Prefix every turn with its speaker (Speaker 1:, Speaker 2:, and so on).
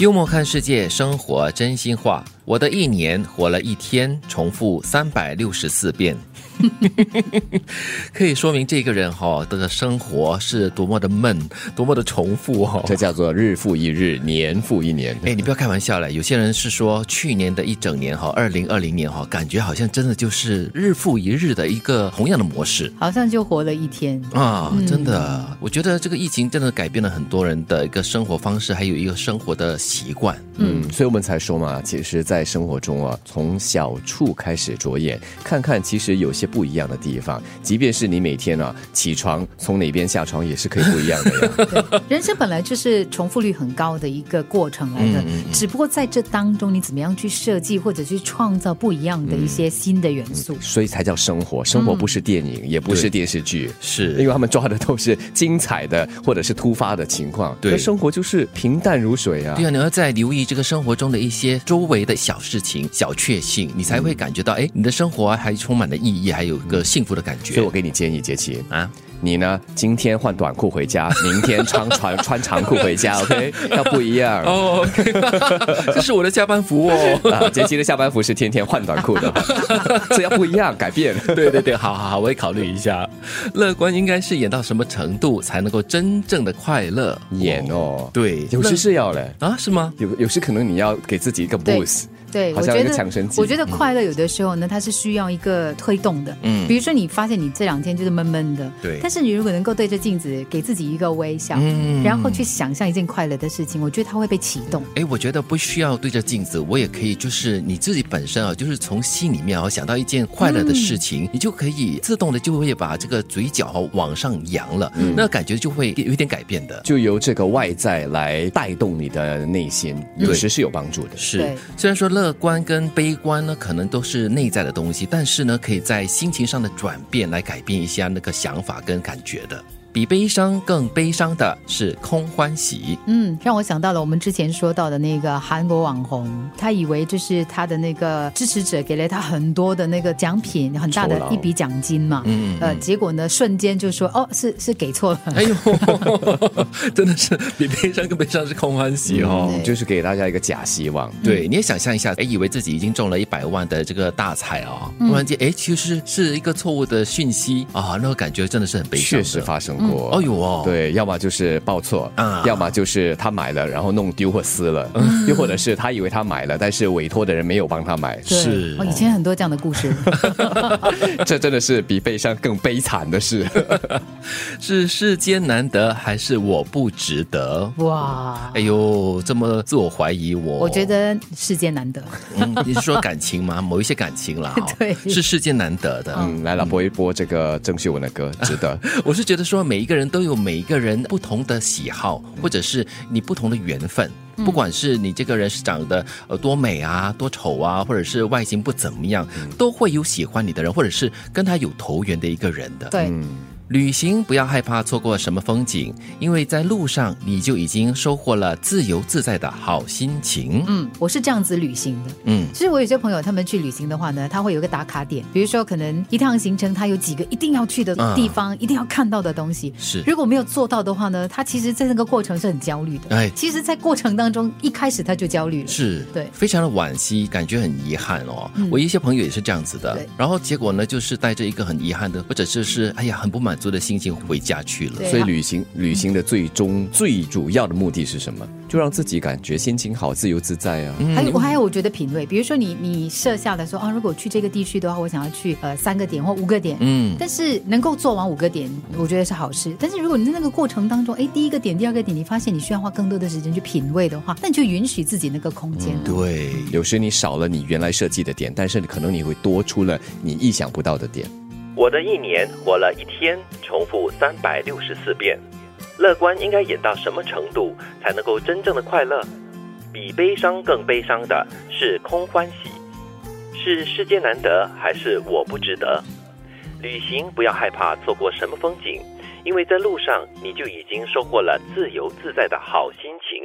Speaker 1: 幽默看世界，生活真心话。我的一年活了一天，重复三百六十四遍，可以说明这个人哈、哦、的生活是多么的闷，多么的重复哈、
Speaker 2: 这叫做日复一日，年复一年。
Speaker 1: 哎，你不要开玩笑了，有些人是说去年的一整年哈，二零二零年哈，感觉好像真的就是日复一日的一个同样的模式。
Speaker 3: 好像就活了一 天。
Speaker 1: 啊，真的，我觉得这个疫情真的改变了很多人的一个生活方式，还有一个生活的习惯。
Speaker 2: 嗯，所以我们才说嘛，其实，在生活中啊，从小处开始着眼，看看其实有些不一样的地方。即便是你每天啊起床从哪边下床，也是可以不一样的 呀。
Speaker 3: 对，人生本来就是重复率很高的一个过程来
Speaker 2: 嗯
Speaker 3: 的，只不过在这当中，你怎么样去设计或者去创造不一样的一些新的元素。
Speaker 2: 所以才叫生活，生活不是电影，也不是
Speaker 1: 嗯对
Speaker 2: 电视剧，
Speaker 1: 是
Speaker 2: 因为他们抓的都是精彩的或者是突发的情况。
Speaker 1: 对
Speaker 2: 那生活就是平淡如水啊
Speaker 1: 对。啊，你要在留意这个生活中的一些周围的小事情、小确幸，你才会感觉到，
Speaker 2: 嗯
Speaker 1: 哎，你的生活啊还充满了意义，还有一个幸福的感
Speaker 2: 所以
Speaker 1: 觉
Speaker 2: 我给你建议，杰奇，
Speaker 1: 啊。
Speaker 2: 你呢？今天换短裤回家，明天穿穿穿长 裤回家，OK？要不一 样。
Speaker 1: 哦，这是我的下班服哦。
Speaker 2: 啊，杰奇的下班服是天天换短 裤的，这要不一样，改变。
Speaker 1: 对对对，好好好，我也考虑一下。乐观应该是演到什么程度才能够真正的快乐？
Speaker 2: 演哦，
Speaker 1: 对，
Speaker 2: 有时是要嘞，
Speaker 1: 啊，是吗？
Speaker 2: 有有时可能你要给自己一个
Speaker 3: 对
Speaker 2: boost，
Speaker 3: 对，
Speaker 2: 好
Speaker 3: 我
Speaker 2: 像
Speaker 3: 觉
Speaker 2: 一个
Speaker 3: 得
Speaker 2: 强身嗯剂。
Speaker 3: 我觉得快乐有的时候呢，它是需要一个推动的。
Speaker 1: 嗯
Speaker 3: 嗯，比如说你发现你这两天就是闷闷的，
Speaker 1: 对
Speaker 3: 但是你如果能够对着镜子给自己一个微笑，
Speaker 1: 嗯
Speaker 3: 然后去想象一件快乐的事情，我觉得它会被启动。
Speaker 1: 哎，我觉得不需要对着镜子，我也可以，就是你自己本身啊，就是从心里面啊想到一件快乐的
Speaker 2: 嗯
Speaker 1: 事情，你就可以自动的就会把这个嘴角啊往上扬了，
Speaker 2: 嗯
Speaker 1: 那感觉就会有一点改变的。
Speaker 2: 就由这个外在来带动你的内心，有时是有帮助的。
Speaker 1: 是
Speaker 3: 对，
Speaker 1: 虽然说乐观跟悲观呢，可能都是内在的东西，但是呢，可以在心情上的转变来改变一下那个想法跟感觉的。比悲伤更悲伤的是空欢喜，
Speaker 3: 嗯，让我想到了我们之前说到的那个韩国网红，他以为就是他的那个支持者给了他很多的那个奖品，很大的
Speaker 2: 酬劳
Speaker 3: 一笔奖金嘛，嗯呃，结果呢瞬间就说哦，是是给错了。
Speaker 1: 哎呦， 真的是比悲伤更悲伤是空欢喜哦。
Speaker 2: 嗯就是给大家一个假希望。
Speaker 1: 对，你也想象一下，哎，以为自己已经中了一百万的这个大彩哦，突然间，哎，其实是一个错误的讯息啊，那个感觉真的是很悲伤
Speaker 2: 确
Speaker 1: 的。
Speaker 2: 实发生过。
Speaker 1: 哦，有哦，，
Speaker 2: 对，要么就是报错，
Speaker 1: 啊嗯
Speaker 2: 要么就是他买了然后弄丢或撕了，又或者是他以为他买了，但是委托的人没有帮他买，
Speaker 3: 对
Speaker 1: 是
Speaker 3: 哦以前很多这样的故事。
Speaker 2: 这真的是比悲伤更悲惨的事。
Speaker 1: 是世间难得还是我不值得？
Speaker 3: 哇
Speaker 1: 哎，呦，这么自我怀疑我，
Speaker 3: 我觉、得世间难得。
Speaker 1: 嗯、你是说感情吗？ 某一些感情啦、哦
Speaker 3: 对
Speaker 1: 是世间难得的。
Speaker 2: 嗯，来了，播一播这个郑秀文的歌，值得。
Speaker 1: 我是觉得说，每一个人都有每一个人不同的喜好，
Speaker 3: 嗯
Speaker 1: 或者是你不同的缘分。不管是你这个人是长得呃多美啊、多丑啊，或者是外形不怎么样，
Speaker 3: 嗯
Speaker 1: 都会有喜欢你的人，或者是跟他有投缘的一个人的。
Speaker 3: 对，
Speaker 1: 旅行不要害怕错过什么风景，因为在路上你就已经收获了自由自在的好心情。
Speaker 3: 嗯，我是这样子旅行的。
Speaker 1: 嗯，
Speaker 3: 其实我有些朋友他们去旅行的话呢，他会有一个打卡点，比如说可能一趟行程他有几个一定要去的地方，一定要看到的东西。
Speaker 1: 是
Speaker 3: 如果没有做到的话呢，他其实在那个过程是很焦虑的。
Speaker 1: 哎
Speaker 3: 其实，在过程当中一开始他就焦虑了。
Speaker 1: 是，
Speaker 3: 对嗯
Speaker 1: 非常的惋惜，感觉很遗憾哦。我一些朋友也是这样子的
Speaker 3: 对，
Speaker 1: 然后结果呢，就是带着一个很遗憾的，或者是是哎呀很不满足的心情回家去了。
Speaker 3: 对
Speaker 2: 所以
Speaker 3: 啊
Speaker 2: 旅行旅行的最终最主要的目的是什么？就让自己感觉心情好，自由自在啊。
Speaker 1: 嗯
Speaker 3: 还有我还有我觉得品味，比如说你你设下来说啊，如果去这个地区的话，我想要去呃三个点或五个点，
Speaker 1: 嗯，
Speaker 3: 但是能够做完五个点，我觉得是好事。但是如果你在那个过程当中，哎，第一个点、第二个点，你发现你需要花更多的时间去品味的话，那你就允许自己那个空间。
Speaker 1: 对。
Speaker 2: 有时你少了你原来设计的点，但是可能你会多出了你意想不到的点。
Speaker 4: 我的一年活了一天，重复三百六十四遍。乐观应该演到什么程度才能够真正的快乐？比悲伤更悲伤的是空欢喜，是世间难得还是我不值得？旅行不要害怕错过什么风景，因为在路上你就已经收获了自由自在的好心情。